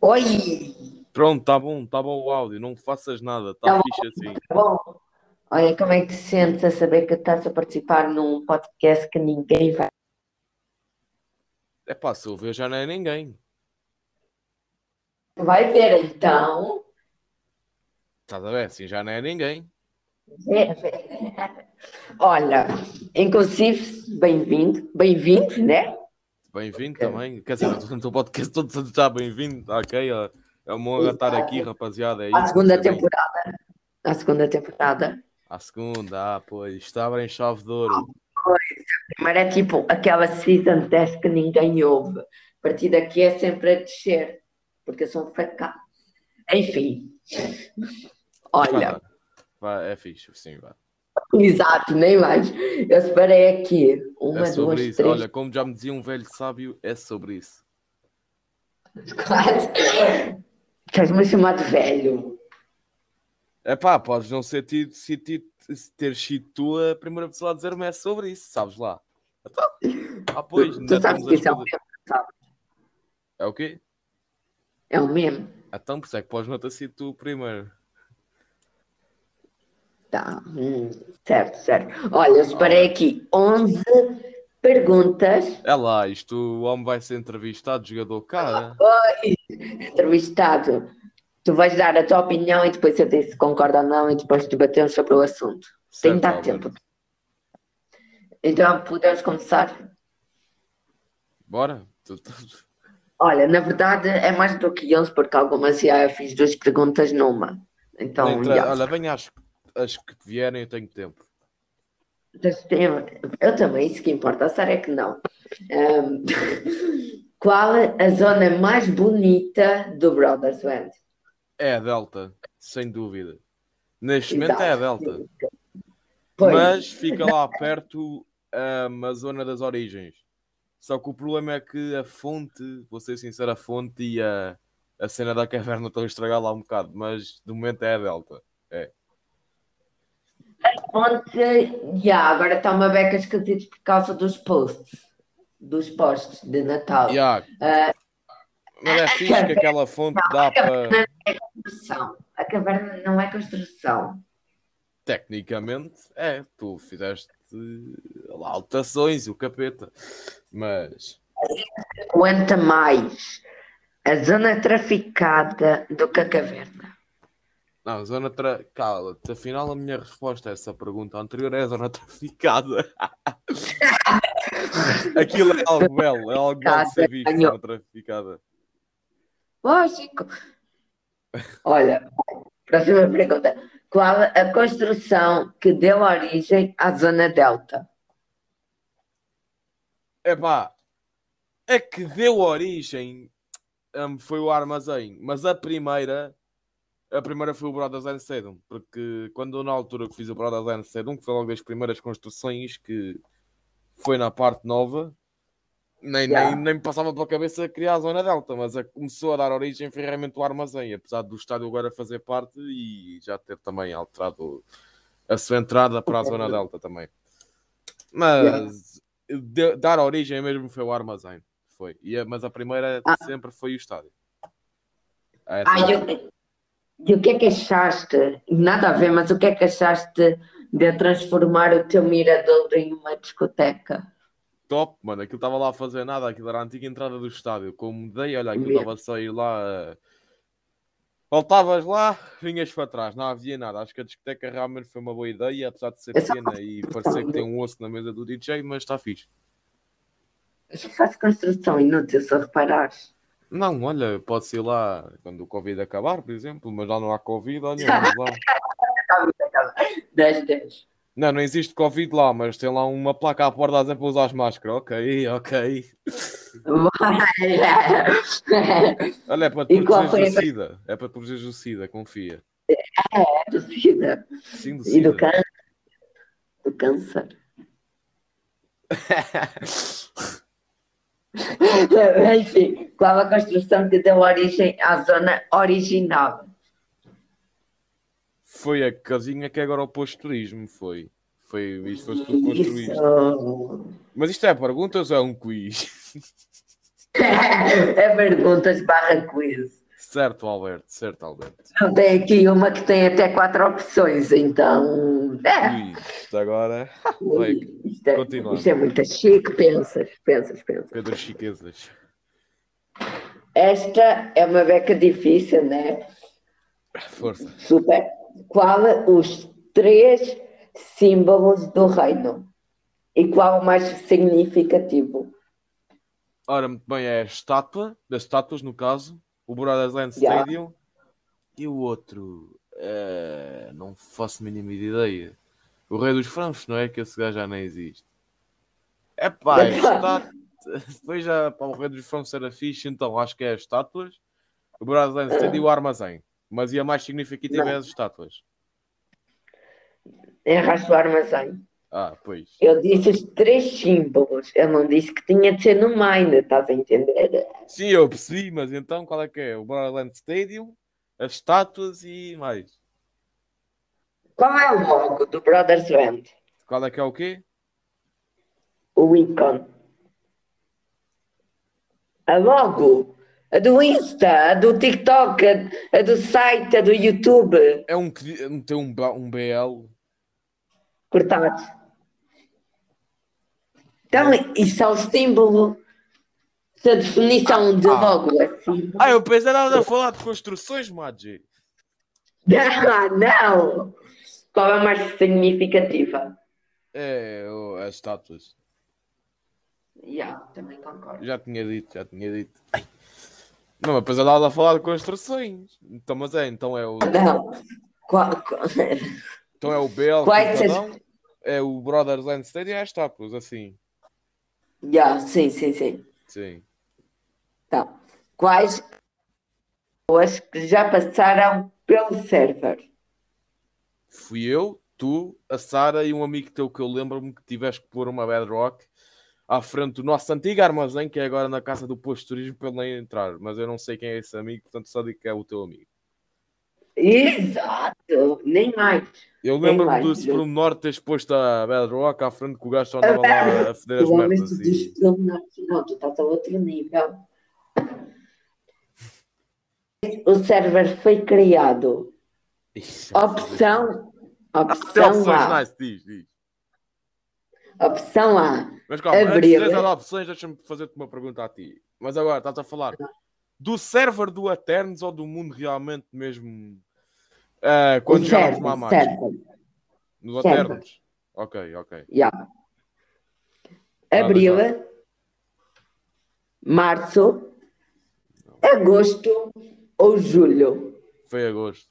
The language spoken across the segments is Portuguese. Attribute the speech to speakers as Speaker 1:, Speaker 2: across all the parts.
Speaker 1: Oi!
Speaker 2: Pronto, tá bom, tá bom o áudio, não faças nada, tá,
Speaker 1: Tá bom.
Speaker 2: fixe assim.
Speaker 1: Tá bom. Olha, como é que te sentes a saber que estás a participar num podcast que ninguém vai.
Speaker 2: É pá, Silvia, já não é ninguém.
Speaker 1: Vai ver então.
Speaker 2: Estás a ver? Assim já não é ninguém.
Speaker 1: Vê, vê. Olha, inclusive, bem-vindo, bem-vindo, né?
Speaker 2: Bem-vindo
Speaker 1: Ok.
Speaker 2: também. Quer dizer, no teu podcast todo santo está bem-vindo. Ok, ó, é uma honra estar aqui, rapaziada. É
Speaker 1: tá À
Speaker 2: isso,
Speaker 1: segunda
Speaker 2: percebem?
Speaker 1: temporada. À segunda temporada.
Speaker 2: À segunda, ah, pois. Estava em chave de ouro.
Speaker 1: Primeiro é tipo aquela season 10 que ninguém ouve. A partir daqui é sempre a descer, porque eu sou um fracasso. Enfim. Ah, Olha.
Speaker 2: Vá, é fixe, sim, vá.
Speaker 1: Exato, nem mais. Eu separei aqui.
Speaker 2: É
Speaker 1: Uma,
Speaker 2: sobre
Speaker 1: duas,
Speaker 2: isso.
Speaker 1: três,
Speaker 2: Olha, como já me dizia um velho sábio, é sobre isso.
Speaker 1: quatro. Estás-me a chamar de velho.
Speaker 2: É pá, podes não ser tido, se ti- se ter sido tu a primeira pessoa a dizer-me é sobre isso, sabes lá. Então, Ah, pois,
Speaker 1: Tu-
Speaker 2: ainda
Speaker 1: tu sabes
Speaker 2: estamos
Speaker 1: que
Speaker 2: a
Speaker 1: isso é um
Speaker 2: escolher-
Speaker 1: meme, sabe?
Speaker 2: É o quê?
Speaker 1: É um meme.
Speaker 2: Então, por isso é que podes não ter sido tu o primeiro.
Speaker 1: Tá. hum, certo, certo. Olha, eu separei
Speaker 2: Ah.
Speaker 1: aqui 11 perguntas.
Speaker 2: É lá, isto o homem vai ser entrevistado, jogador cara.
Speaker 1: Entrevistado, tu vais dar a tua opinião e depois eu digo se concorda ou não e depois debatemos sobre o assunto. Tem que
Speaker 2: Certo,
Speaker 1: dar
Speaker 2: Alberto.
Speaker 1: tempo. Então, podemos começar?
Speaker 2: Bora? Tu- tu-
Speaker 1: Olha, na verdade é mais do que 11, porque algumas já fiz duas perguntas numa. Então,
Speaker 2: Entra-
Speaker 1: já.
Speaker 2: Olha, venha as, as que vierem, eu tenho tempo.
Speaker 1: Mas tem- Eu também, isso que importa, a sério é que não. Ahm, qual a zona mais bonita do Brothers Band?
Speaker 2: É a Delta, sem dúvida. Neste momento é a Delta.
Speaker 1: Pois,
Speaker 2: Mas fica lá perto hum, a zona das origens. Só que o problema é que a fonte, vou ser sincero, a fonte e a, a cena da caverna estão estragadas lá um bocado, mas de momento é a Delta.
Speaker 1: onde, já, agora está uma beca esquisita por causa dos posts, dos posts de Natal.
Speaker 2: Ya. Mas é fixe que aquela fonte dá para.
Speaker 1: é Construção. A caverna não é construção.
Speaker 2: Tecnicamente, é, tu fizeste lá alterações, o capeta. Mas.
Speaker 1: Quanto mais a zona traficada do que a caverna.
Speaker 2: Não, zona tra... Cala-te, afinal a minha resposta a essa pergunta anterior é a zona traficada. Aquilo é algo belo, é algo belo de ser visto,
Speaker 1: Ganhou.
Speaker 2: zona traficada.
Speaker 1: Lógico. Olha, próxima pergunta. Qual a construção que deu origem à Zona Delta?
Speaker 2: Epá, a que deu origem hum, foi o armazém, mas a primeira, a primeira foi o Brothers and Sedum, porque quando na altura que fiz o Brothers and Sedum, que foi logo das primeiras construções que foi na parte nova, nem,
Speaker 1: Yeah.
Speaker 2: nem, nem me passava pela cabeça criar a Zona Delta, mas a que começou a dar origem foi realmente o armazém, apesar do estádio agora fazer parte e já ter também alterado a sua entrada para a Zona Delta também. Mas de- dar origem é mesmo foi o armazém. Foi. E a- mas a primeira
Speaker 1: Ah.
Speaker 2: sempre foi o estádio. É,
Speaker 1: Ah,
Speaker 2: sim.
Speaker 1: e o- e o que é que achaste? Nada a ver, mas o que é que achaste de transformar o teu mirador em uma discoteca?
Speaker 2: Top, mano. Aquilo estava lá a fazer nada. Aquilo era a antiga entrada do estádio. Como mudei, olha, aquilo
Speaker 1: Mesmo.
Speaker 2: estava a sair lá. eh, Voltavas lá, vinhas para trás, não havia nada. Acho que a discoteca realmente foi uma boa ideia, apesar de ser
Speaker 1: Eu só
Speaker 2: pequena e parecer que tem um osso na mesa do DJ, mas está fixe.
Speaker 1: Eu só faço construção inútil, se reparares.
Speaker 2: Não, olha, pode ser lá quando o Covid acabar, por exemplo, mas já não há Covid, olha, vamos lá.
Speaker 1: Acaba, acaba. 10, 10.
Speaker 2: Não, não existe Covid lá, mas tem lá uma placa à porta a dizer para usar as máscaras. Ok, ok.
Speaker 1: Bora!
Speaker 2: Olha, é para
Speaker 1: E
Speaker 2: te
Speaker 1: qual
Speaker 2: proteger do
Speaker 1: foi
Speaker 2: SIDA. É para te proteger do SIDA, confia.
Speaker 1: É do SIDA.
Speaker 2: Sim, do
Speaker 1: E do
Speaker 2: SIDA.
Speaker 1: câncer. Do câncer. Enfim, qual a construção que deu origem à zona original?
Speaker 2: Foi a casinha que é agora o posto de turismo foi. Foi, isto foste tu que construíste.
Speaker 1: Isso.
Speaker 2: Mas isto é perguntas ou é um quiz?
Speaker 1: É perguntas barra quiz.
Speaker 2: Certo, Alberto, certo, Alberto.
Speaker 1: Não, tem aqui uma que tem até quatro opções, então. É.
Speaker 2: Ui, isto agora. vai aqui.
Speaker 1: Ui, Isto é,
Speaker 2: continuando.
Speaker 1: isto é muito chique, pensas, pensas, pensas.
Speaker 2: Pedro Chiquezas.
Speaker 1: Esta é uma beca difícil, né?
Speaker 2: Força.
Speaker 1: Super. Qual os três símbolos do reino? E qual o mais significativo?
Speaker 2: Ora, muito bem, é a estátua, das estátuas, no caso, o Brothers Land
Speaker 1: Yeah.
Speaker 2: Stadium e o outro. eh, não faço a mínima ideia. O Rei dos Frangos, não é? Que esse gajo já nem existe. É pá, é estátua. Depois já para o Rei dos Frangos era fixe, então acho que é as estátuas, o Brothers Land Stadium e o armazém. Mas e a mais significativa
Speaker 1: Não.
Speaker 2: é as estátuas.
Speaker 1: Erraste o armazém.
Speaker 2: Ah, pois.
Speaker 1: Eu disse os três símbolos. Eu não disse que tinha de ser no Mind, estás a entender?
Speaker 2: Sim, eu percebi, mas então qual é que é? O Borderland Stadium, as estátuas e mais.
Speaker 1: Qual é o logo do Brothers Band?
Speaker 2: Qual é que é o quê?
Speaker 1: O ícone. A logo. A do Insta, a do TikTok, a- a do site, a do YouTube.
Speaker 2: É um que di- tem um, ba- um BL.
Speaker 1: Cortado. Então, isso é o símbolo. Se a definição de
Speaker 2: Ah.
Speaker 1: logo é símbolo.
Speaker 2: Ah, eu pensei nada a falar de construções, Madge.
Speaker 1: Ah, não! Qual é a mais significativa?
Speaker 2: É, o- as estátuas.
Speaker 1: Yeah, também concordo.
Speaker 2: Já tinha dito, já tinha dito. Ai. Não, mas pensei nada a falar de construções. Então, mas é, então é o,
Speaker 1: Não. Qual, qual-
Speaker 2: então é o BL.
Speaker 1: Quais
Speaker 2: que o Fadão, É o Brothers Land Stadium e as estátuas, assim.
Speaker 1: Yeah, sim, sim, sim.
Speaker 2: Sim.
Speaker 1: Então, quais pessoas que já passaram pelo server?
Speaker 2: Fui eu, tu, a Sara e um amigo teu que eu lembro-me que tiveste que pôr uma bedrock à frente do nosso antigo armazém, que é agora na casa do posto de turismo, para ele nem entrar. Mas eu não sei quem é esse amigo, portanto só digo que é o teu amigo.
Speaker 1: Exato! Nem mais.
Speaker 2: Eu lembro-me
Speaker 1: mais, né?
Speaker 2: desse
Speaker 1: eu-
Speaker 2: pormenor de um teres posto a bedrock à frente que o gajo só andava
Speaker 1: É,
Speaker 2: lá a foder as
Speaker 1: Eu amo
Speaker 2: merdas.
Speaker 1: isso dos
Speaker 2: E...
Speaker 1: filmes nacional, né? tu estás a outro nível. O server foi criado.
Speaker 2: Ixi, é
Speaker 1: Opção,
Speaker 2: tem
Speaker 1: opção
Speaker 2: opções,
Speaker 1: A.
Speaker 2: nice, diz, diz.
Speaker 1: Opção A.
Speaker 2: Mas calma, antes
Speaker 1: Abril.
Speaker 2: de dar opções, deixa-me fazer-te uma pergunta a ti. Mas agora, estás a falar do server do Eternos ou do mundo realmente mesmo? Ah,
Speaker 1: O
Speaker 2: quando chegámos lá
Speaker 1: server,
Speaker 2: mais?
Speaker 1: server.
Speaker 2: No
Speaker 1: Server.
Speaker 2: Eternos. Ok, ok.
Speaker 1: Yeah. Abril, março, agosto ou julho?
Speaker 2: Foi agosto.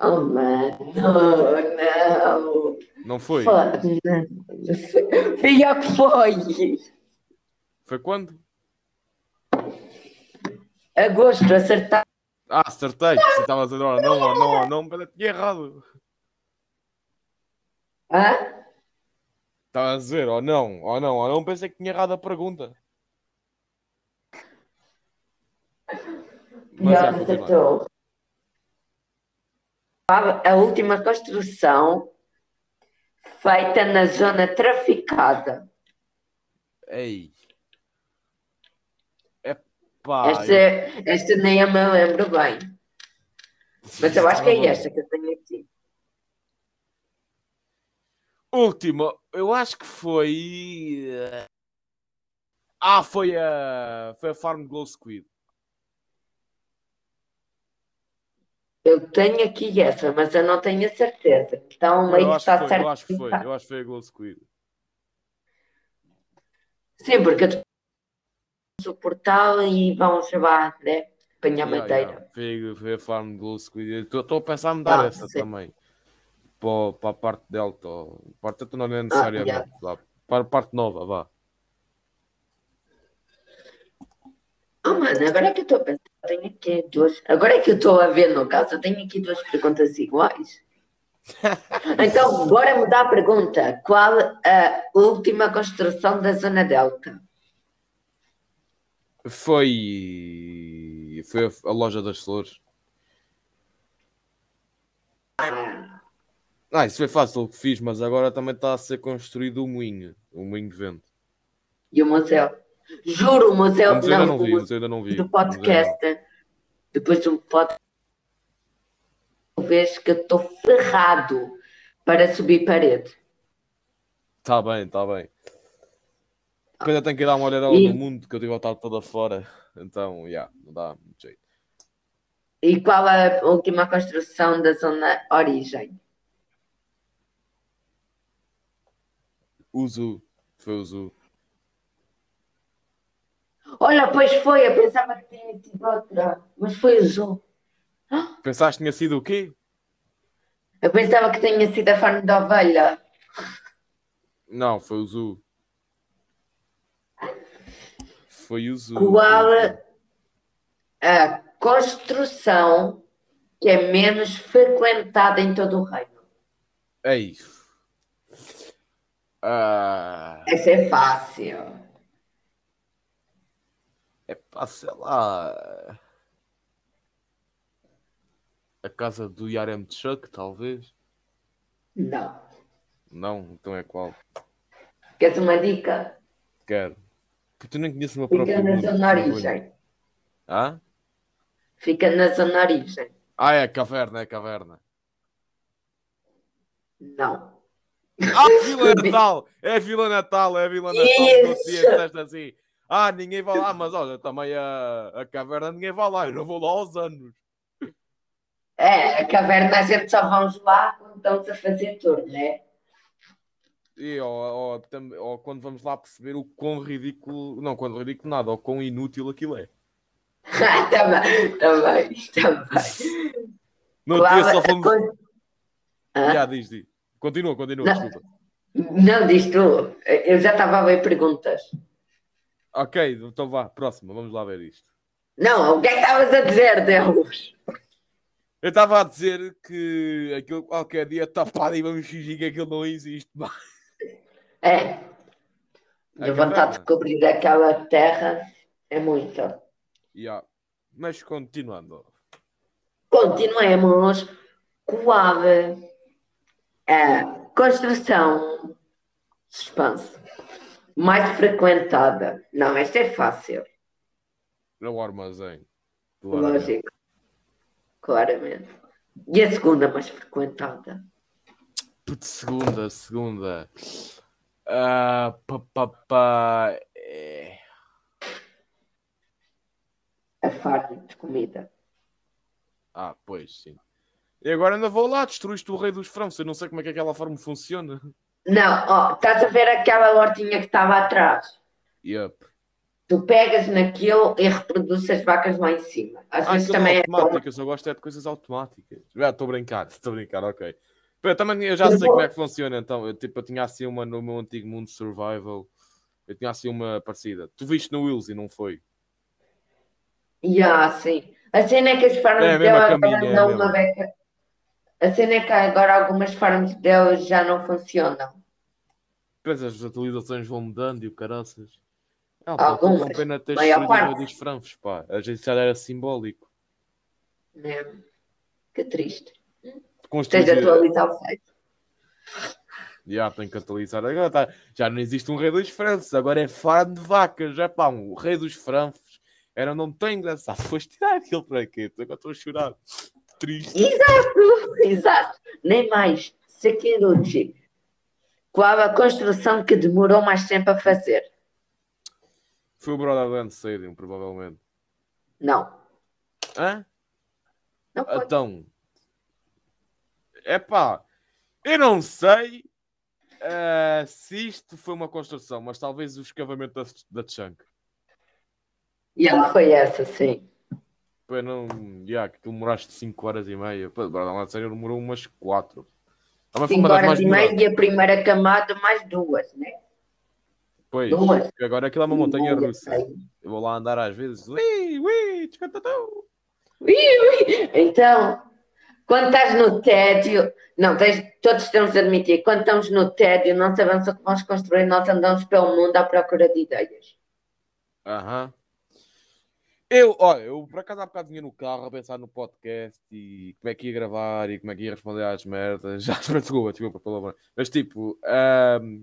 Speaker 1: Oh, mano, não.
Speaker 2: Não foi?
Speaker 1: Foda- não. Pior que foi.
Speaker 2: Foi quando?
Speaker 1: Agosto, acertar.
Speaker 2: Ah, acertei. Se estavas a dizer, ora, não, ora, não, ora, não, mas eu tinha errado.
Speaker 1: Hã?
Speaker 2: Estavas a dizer, ou não, ou não, ou não, pensei que tinha errado a pergunta. Mas
Speaker 1: Pior
Speaker 2: já,
Speaker 1: que
Speaker 2: continua.
Speaker 1: estou. A última construção feita na zona traficada.
Speaker 2: Ei. Epá.
Speaker 1: Esta, é- esta nem eu me lembro bem. Mas eu acho que é esta que eu tenho aqui.
Speaker 2: Última, eu acho que foi. eh, Ah, foi a. Foi a Farm Glow Squid.
Speaker 1: Eu tenho aqui essa, mas eu não tenho a certeza. Então, meio
Speaker 2: Eu
Speaker 1: que
Speaker 2: acho que
Speaker 1: está Tá.
Speaker 2: foi, eu
Speaker 1: certo.
Speaker 2: acho que foi, eu acho que foi a Glow Squid.
Speaker 1: Sim, porque eu sou portal e vão chamar, né? Apanhar
Speaker 2: Yeah,
Speaker 1: madeira.
Speaker 2: yeah, Foi, foi a Farm Glow Squid. Estou a pensar em mudar
Speaker 1: Ah,
Speaker 2: essa
Speaker 1: sim.
Speaker 2: também. Para, para a parte Delta. ou- Para a parte não
Speaker 1: Ah,
Speaker 2: é necessariamente. lá, Para a parte nova, vá.
Speaker 1: Oh, mano, agora é que eu estou a pensar, eu tenho aqui duas. Agora é que eu estou a ver, no caso, eu tenho aqui duas perguntas iguais. Então, bora mudar a pergunta. Qual a última construção da Zona Delta?
Speaker 2: Foi. Foi a, a Loja das Flores. Ah, isso foi fácil o que fiz, mas agora também está a ser construído um moinho. Um moinho de vento.
Speaker 1: E o museu? Juro, o museu.
Speaker 2: Mas eu ainda
Speaker 1: Não,
Speaker 2: não
Speaker 1: É o
Speaker 2: vi,
Speaker 1: museu
Speaker 2: mas eu ainda não vi.
Speaker 1: do podcast. Depois tu pode vês que eu estou ferrado para subir parede.
Speaker 2: Está Tá bem, está bem. Depois eu tenho que ir dar uma olhada
Speaker 1: E-
Speaker 2: no mundo, que eu tive a tarde toda fora. Então, já, não dá muito jeito.
Speaker 1: E qual a última construção da zona origem?
Speaker 2: Uso, foi uso.
Speaker 1: Olha, pois foi, eu pensava que tinha sido outra, mas foi o Zoo.
Speaker 2: Pensaste que tinha sido o quê?
Speaker 1: Eu pensava que tinha sido a forma da ovelha.
Speaker 2: Não, foi o Zoo. Foi o Zoo.
Speaker 1: Qual
Speaker 2: foi o Zoo.
Speaker 1: a construção que é menos frequentada em todo o reino?
Speaker 2: Ei. Ah,
Speaker 1: Essa é fácil.
Speaker 2: é pá, sei lá. A casa do Yarem Chuck, talvez?
Speaker 1: Não.
Speaker 2: Não, então é qual?
Speaker 1: Queres uma dica?
Speaker 2: Quero. Porque eu nem conheço o meu próprio
Speaker 1: Fica na
Speaker 2: mundo.
Speaker 1: zona
Speaker 2: que vergonha.
Speaker 1: origem.
Speaker 2: Hã?
Speaker 1: Fica na zona origem.
Speaker 2: Ah, é caverna, é caverna.
Speaker 1: Não.
Speaker 2: Ah, Vila Natal! É Vila Natal, é Vila Natal. No outro dia
Speaker 1: Isso.
Speaker 2: disseste assim. Ah, ninguém vai lá, mas olha, também a, a caverna ninguém vai lá, eu não vou lá aos anos.
Speaker 1: É, a caverna a gente só vamos lá quando estamos a fazer turno, é?
Speaker 2: E, ou, ou tam- ou quando vamos lá perceber o quão ridículo, não, quando ridículo nada, ou quão inútil aquilo é.
Speaker 1: também, também, também.
Speaker 2: Não
Speaker 1: Qual
Speaker 2: tinha só
Speaker 1: a
Speaker 2: fomos.
Speaker 1: con- Hã?
Speaker 2: Já, diz, diz. Continua, continua,
Speaker 1: Não.
Speaker 2: desculpa.
Speaker 1: Não, diz tu. Eu já estava a ver perguntas.
Speaker 2: Ok, então vá, próxima, vamos lá ver isto.
Speaker 1: Não, o que é que estavas a dizer, Deus?
Speaker 2: Eu estava a dizer que aquilo qualquer dia tapado e vamos fingir que aquilo não existe. mais.
Speaker 1: É. A
Speaker 2: A
Speaker 1: vontade
Speaker 2: caverna.
Speaker 1: de cobrir aquela terra é muita.
Speaker 2: Ya. Mas continuando.
Speaker 1: Continuemos com a construção suspense mais frequentada. Não, esta é fácil,
Speaker 2: No armazém. Claramente.
Speaker 1: lógico. Claramente. E a segunda mais frequentada?
Speaker 2: Putz, segunda, segunda. Ah, pá, pá, pá. É...
Speaker 1: A farda de comida.
Speaker 2: Ah, pois sim. E agora ainda vou lá, destruíste o rei dos frangos. Eu não sei como é que aquela forma funciona.
Speaker 1: Não, ó, estás a ver aquela hortinha que estava atrás?
Speaker 2: Yep.
Speaker 1: Tu pegas naquilo e reproduz as vacas lá em cima. Às
Speaker 2: Ah,
Speaker 1: vezes
Speaker 2: aquilo
Speaker 1: também
Speaker 2: é
Speaker 1: é
Speaker 2: automático, eu só gosto é de coisas automáticas. Já estou a brincar, estou a brincar, ok. Pá, Eu também eu já
Speaker 1: Eu
Speaker 2: sei
Speaker 1: vou-
Speaker 2: como é que funciona, então. Eu, tipo, eu tinha assim uma no meu antigo mundo de survival. Eu tinha assim uma parecida. Tu viste no Wills e não foi?
Speaker 1: Ya, sim. A cena é que as farms
Speaker 2: É a mesma
Speaker 1: dele agora
Speaker 2: caminha, é a
Speaker 1: não
Speaker 2: mesma.
Speaker 1: uma beca. A cena é que agora algumas farms dele já não funcionam.
Speaker 2: Pois as atualizações vão mudando e o caraças. Ah,
Speaker 1: Algumas,
Speaker 2: com pena de ter
Speaker 1: maior
Speaker 2: destruído o Rei
Speaker 1: parte.
Speaker 2: dos franfos, pá. A gente já era simbólico.
Speaker 1: Né? Que triste. Tens de
Speaker 2: Construir.
Speaker 1: atualizar o site.
Speaker 2: Já tem que atualizar. Agora tá- já não existe um Rei dos franfos, agora é farm de vacas. Já pá, o Rei dos franfos era não tem graça. Ah, Foste tirar aquilo para quê? Agora estou a chorar. Triste.
Speaker 1: Exato. Nem mais. Sekiruchi. Qual a construção que demorou mais tempo a fazer?
Speaker 2: Foi o Brotherland Stadium, provavelmente.
Speaker 1: Não.
Speaker 2: Hã?
Speaker 1: Não foi.
Speaker 2: Então. É pá, eu não sei ah, se isto foi uma construção, mas talvez o escavamento da, da Chunk.
Speaker 1: E ela foi essa, sim.
Speaker 2: Para não. Yeah, que tu demoraste 5 horas e meia. Pá, Bora lá, sério, demorou umas 4. Também foi
Speaker 1: Cinco
Speaker 2: uma das
Speaker 1: horas
Speaker 2: mais
Speaker 1: e meia
Speaker 2: demoradas.
Speaker 1: e a primeira camada mais duas, né?
Speaker 2: Pois,
Speaker 1: Duas.
Speaker 2: porque agora aquilo é uma montanha
Speaker 1: Duas,
Speaker 2: russa.
Speaker 1: sei.
Speaker 2: Eu vou lá andar às vezes. Ui, ui, tchacatatu.
Speaker 1: Então, quando estás no tédio, não, tens- todos temos de admitir, quando estamos no tédio, não sabemos o que vamos construir, nós andamos pelo mundo à procura de ideias.
Speaker 2: Aham. Eu, olha, eu por acaso há bocado vinha no carro a pensar no podcast e como é que ia gravar e como é que ia responder às merdas. Já desculpa, desculpa, palavra. Mas tipo, ahm,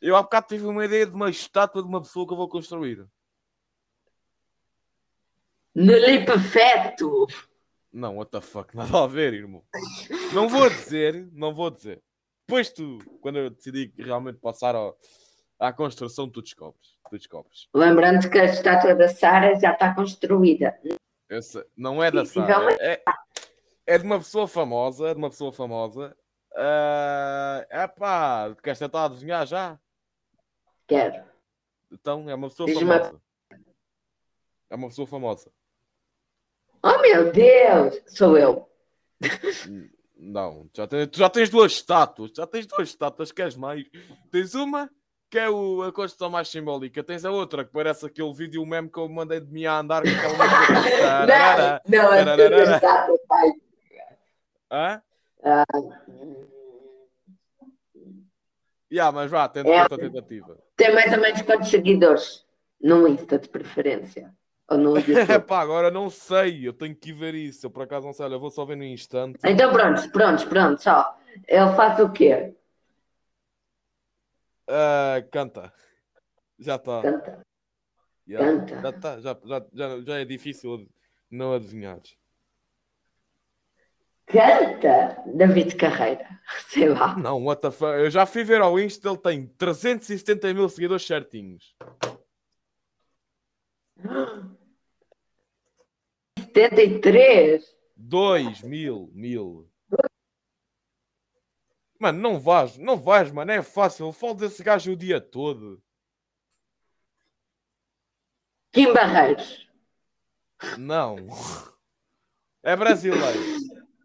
Speaker 2: eu há bocado tive uma ideia de uma estátua de uma pessoa que eu vou construir.
Speaker 1: Nalipafeto.
Speaker 2: Não, what the fuck, nada a ver, irmão. Não vou dizer, não vou dizer. Depois tu, quando eu decidi realmente passar ao- à construção, tu descobres. Tu descobres.
Speaker 1: Lembrando que a estátua da Sara já está construída.
Speaker 2: Essa não é da
Speaker 1: Sim, sim,
Speaker 2: Sara. É, é de uma pessoa famosa, é de uma pessoa famosa. é pá, queres tentar adivinhar já?
Speaker 1: Quero.
Speaker 2: Então, é uma pessoa
Speaker 1: Diz uma-
Speaker 2: famosa. É uma pessoa famosa.
Speaker 1: Oh meu Deus! Sou eu.
Speaker 2: Não, já tens, tu já tens duas estátuas, já tens duas estátuas, queres mais? Tens uma que é o, a construção mais simbólica, tens a outra que parece aquele vídeo meme que eu mandei de mim a andar com aquela música. Tararara.
Speaker 1: Não, não, é tudo
Speaker 2: Tararara.
Speaker 1: estátua, pai.
Speaker 2: Hã? Yeah, mas vá, tenta
Speaker 1: É.
Speaker 2: outra tentativa.
Speaker 1: Tem mais ou menos quantos seguidores? No Insta, de preferência. Ou no YouTube.
Speaker 2: Epá, É agora não sei, eu tenho que ir ver isso. Eu por acaso não sei, olha, eu vou só ver no instante.
Speaker 1: então pronto, pronto, pronto, só. Ele faz o quê?
Speaker 2: Ah, canta. Já está.
Speaker 1: Canta.
Speaker 2: Já,
Speaker 1: canta.
Speaker 2: já, tá, já, já, já, já é difícil ad- não adivinhares.
Speaker 1: Canta David Carreira. Sei lá.
Speaker 2: Não, what the fuck? Eu já fui ver ao Insta, ele tem 370 mil seguidores certinhos.
Speaker 1: 73?
Speaker 2: 2 mil, mil. Mano, não vais, não vais, mano, é fácil. Eu falo desse gajo o dia todo.
Speaker 1: Kim Barreiros.
Speaker 2: Não. É brasileiro.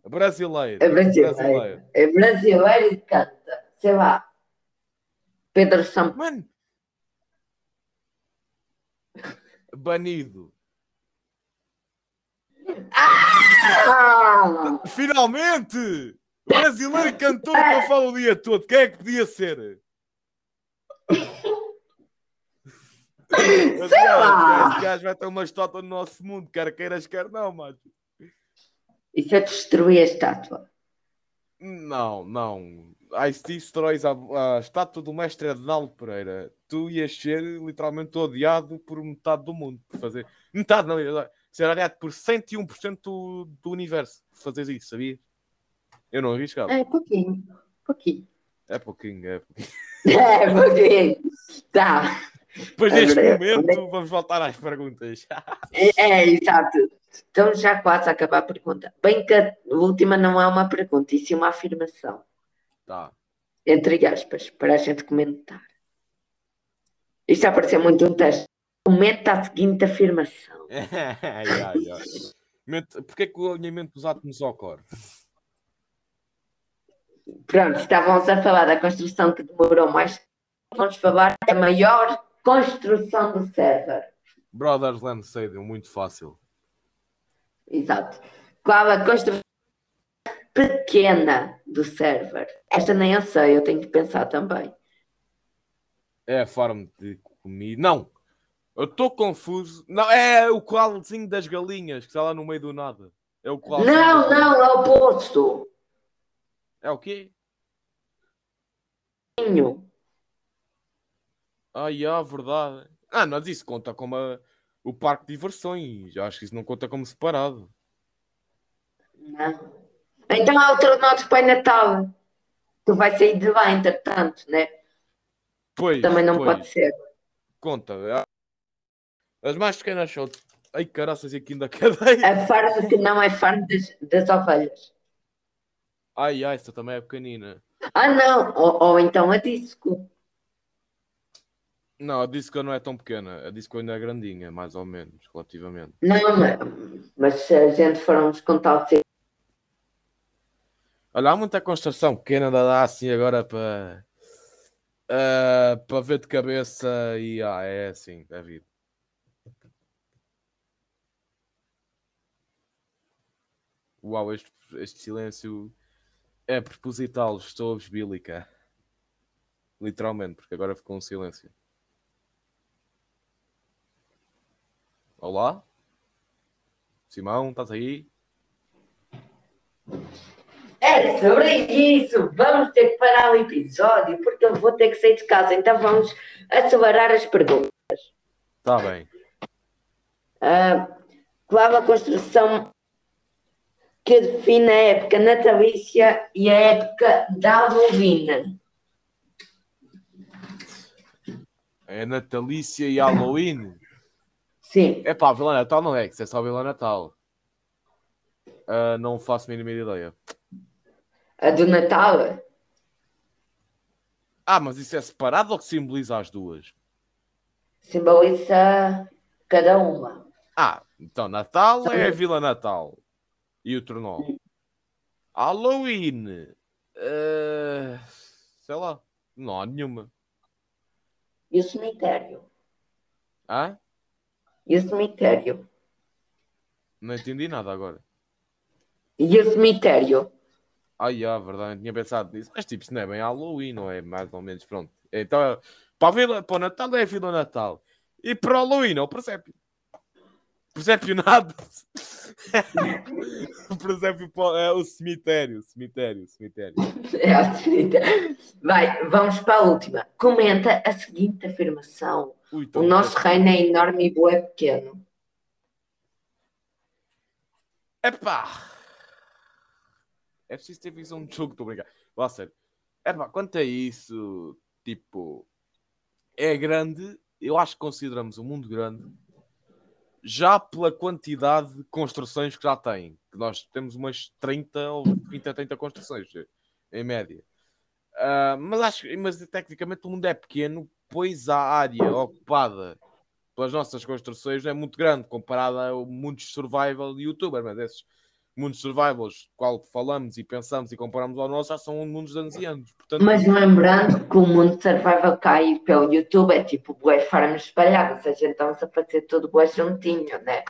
Speaker 2: Brasileiro.
Speaker 1: É brasileiro. É brasileiro e canta. Sei lá. Pedro Sampaio.
Speaker 2: Mano. Banido.
Speaker 1: Ah!
Speaker 2: Finalmente! Brasileiro cantor que eu falo o dia todo. Quem é que podia ser? Sei
Speaker 1: lá.
Speaker 2: Este gajo vai ter uma estátua no nosso mundo, quer queiras, quer não, macho.
Speaker 1: Isso é destruir a estátua.
Speaker 2: Não, não. Ice T destróis a, a estátua do mestre Adnaldo Pereira. Tu ias ser literalmente odiado por metade do mundo por fazer. Metade, não, ias ser odiado por 101% do, do universo por fazer isso, sabias? Eu não arriscava.
Speaker 1: É, pouquinho. Pouquinho.
Speaker 2: É pouquinho, é pouquinho.
Speaker 1: É, pouquinho. Tá.
Speaker 2: Depois
Speaker 1: É
Speaker 2: deste
Speaker 1: verdade.
Speaker 2: momento, vamos voltar às perguntas.
Speaker 1: É, é, exato. Então já quase a acabar a pergunta. Bem que a última não é uma pergunta, e sim uma afirmação,
Speaker 2: Tá.
Speaker 1: entre aspas, para a gente comentar. Isto a parecer muito um teste. Comenta a seguinte afirmação.
Speaker 2: ai, ai, ai. Mente- Porquê que o alinhamento dos átomos ocorre?
Speaker 1: Pronto, estávamos a falar da construção que demorou mais. Vamos falar da maior construção do server.
Speaker 2: Brothers Land Stadium, muito fácil.
Speaker 1: Exato. Qual a construção pequena do server? Esta nem eu sei, eu tenho que pensar também.
Speaker 2: É a forma de comida. Não! Eu estou confuso. Não, é o coalzinho das galinhas que está lá no meio do nada. É o coalzinho.
Speaker 1: Não,
Speaker 2: das galinhas.
Speaker 1: não, é o oposto.
Speaker 2: É o quê?
Speaker 1: Ninho.
Speaker 2: Ai, ah, verdade. Ah, mas isso conta como a- o parque de diversões. Eu Acho que isso não conta como separado.
Speaker 1: Não. Então há outro nosso Pai Natal. Tu vai sair de lá, entretanto, né?
Speaker 2: Pois.
Speaker 1: Também não
Speaker 2: pois.
Speaker 1: pode ser.
Speaker 2: Conta. As mais pequenas são. Ai, caraças, e aqui na cadeia.
Speaker 1: A farm que não é farm das, das ovelhas.
Speaker 2: Ai, ai, esta também é pequenina.
Speaker 1: Ah, não. Ou, ou então a disco.
Speaker 2: Não, a disco não é tão pequena. A disco ainda é grandinha, mais ou menos, relativamente.
Speaker 1: Não, mas, mas se a gente formos contar o tempo.
Speaker 2: Olha, há muita construção pequena da dá assim agora para. ah, para ver de cabeça e ah, é assim, é vida. Uau, este, este silêncio é proposital, estou a bíblica. Literalmente, porque agora ficou um silêncio. Olá? Simão, estás aí?
Speaker 1: É sobre isso. Vamos ter que parar o episódio porque eu vou ter que sair de casa. Então vamos
Speaker 2: Tá
Speaker 1: acelerar as perguntas.
Speaker 2: Está bem.
Speaker 1: Ah, clava a construção que define a época natalícia e a época da Halloween.
Speaker 2: É natalícia e Halloween?
Speaker 1: Sim.
Speaker 2: É pá, Vila Natal não é, que isso é só Vila Natal. Ah, não faço a mínima ideia.
Speaker 1: A do Natal?
Speaker 2: Ah, mas isso é separado ou que simboliza as duas?
Speaker 1: simboliza cada uma.
Speaker 2: Ah, então Natal é a Vila Natal e o Tronol. Halloween. eh, sei lá, não há nenhuma.
Speaker 1: E o cemitério.
Speaker 2: Hã?
Speaker 1: E o cemitério.
Speaker 2: Não entendi nada agora.
Speaker 1: E o cemitério.
Speaker 2: Ai, ah, verdade, não tinha pensado nisso. Mas tipo, isso não é bem Halloween, não é? Mais ou menos, pronto. Então, para, a Vila, para o Natal é a Vila Natal. E para o Halloween é o presépio. Presépio nada. presépio para- é o cemitério, cemitério, cemitério.
Speaker 1: É o cemitério. Vai, vamos para a última. Comenta a seguinte afirmação. O
Speaker 2: Ui, então,
Speaker 1: nosso reino é enorme e Boa é pequeno.
Speaker 2: Epá! É preciso ter visão de jogo, estou a brincar. Vá sério. Epá, quanto a isso, tipo, é grande. Eu acho que consideramos o mundo grande já pela quantidade de construções que já tem. Que nós temos umas 30 ou 20 a 30 construções, em média. Ah, mas acho mas tecnicamente o mundo é pequeno, pois a área ocupada pelas nossas construções não é muito grande comparado a muitos survival de youtuber, mas esses mundos survivals qual falamos e pensamos e comparamos ao nosso já são mundos de anos. Portanto,
Speaker 1: Mas lembrando que o mundo survival cai pelo YouTube é tipo boé farms espalhadas. A gente estamos a fazer tudo boé juntinho, né?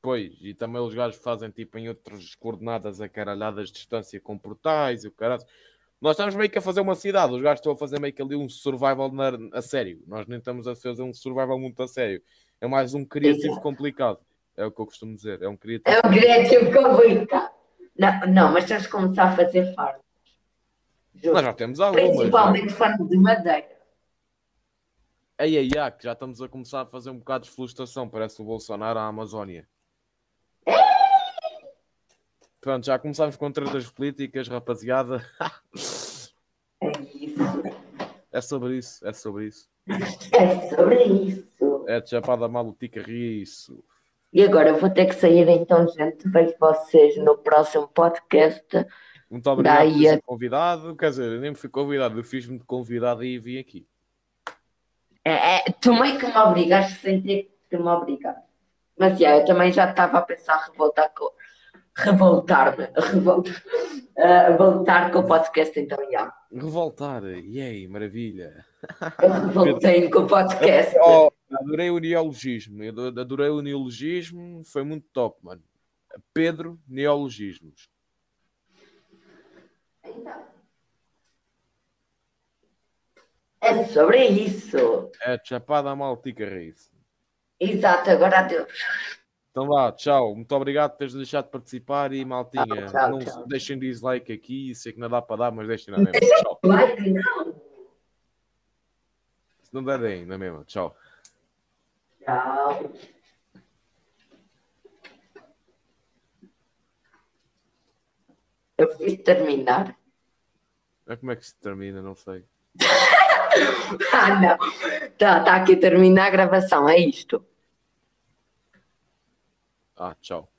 Speaker 2: Pois, e também os gajos fazem tipo em outras coordenadas acaralhadas de distância com portais e o caralho. Nós estamos meio que a fazer uma cidade, os gajos estão a fazer meio que ali um survival na- a sério. Nós nem estamos a fazer um survival muito a sério. É mais um criativo
Speaker 1: Exato.
Speaker 2: complicado. É o que eu costumo dizer. É um criativo.
Speaker 1: É um criativo complicado. Não, não, mas temos que começar a fazer farms. Juro.
Speaker 2: Nós já temos algumas. não é?
Speaker 1: Principalmente farms de madeira.
Speaker 2: Ei, ei, ah, que já estamos a começar a fazer um bocado de frustração. Parece o Bolsonaro à Amazónia. Pronto, já começámos com tretas políticas, rapaziada.
Speaker 1: É isso.
Speaker 2: É sobre isso, é sobre isso.
Speaker 1: É sobre isso.
Speaker 2: É de chapada malutica, isso.
Speaker 1: E agora eu vou ter que sair, então, gente. Vejo vocês no próximo podcast.
Speaker 2: Muito obrigado por
Speaker 1: Daí é-
Speaker 2: ser convidado. Quer dizer, eu nem me fui convidado, eu fiz-me de convidado e vim aqui.
Speaker 1: É, é, tu meio que me obrigaste sem ter que me obrigar. Mas yeah, eu também já estava a pensar revoltar com. Revoltar-me. Revoltar, Ah, voltar com o podcast, então já.
Speaker 2: Revoltar, yay, maravilha.
Speaker 1: Eu revoltei com o podcast.
Speaker 2: Oh, adorei o neologismo, eu ado- adorei o neologismo, foi muito top, mano. Pedro, neologismos.
Speaker 1: É sobre isso.
Speaker 2: É de chapada malutica, isso.
Speaker 1: Exato, agora adeus.
Speaker 2: Então vá, tchau. Muito obrigado por teres deixado de participar e
Speaker 1: Ah,
Speaker 2: maltinha.
Speaker 1: Tchau,
Speaker 2: não
Speaker 1: tchau.
Speaker 2: deixem dislike aqui, sei que não dá para dar, mas deixem na mesma. Tchau.
Speaker 1: Vai, não.
Speaker 2: Se não derem, na mesma. Tchau.
Speaker 1: Tchau. Eu preciso terminar.
Speaker 2: Ah, Como é que se termina? Não sei.
Speaker 1: Ah, não. Tá, tá aqui termina a gravação, é isto.
Speaker 2: Ah, tchau.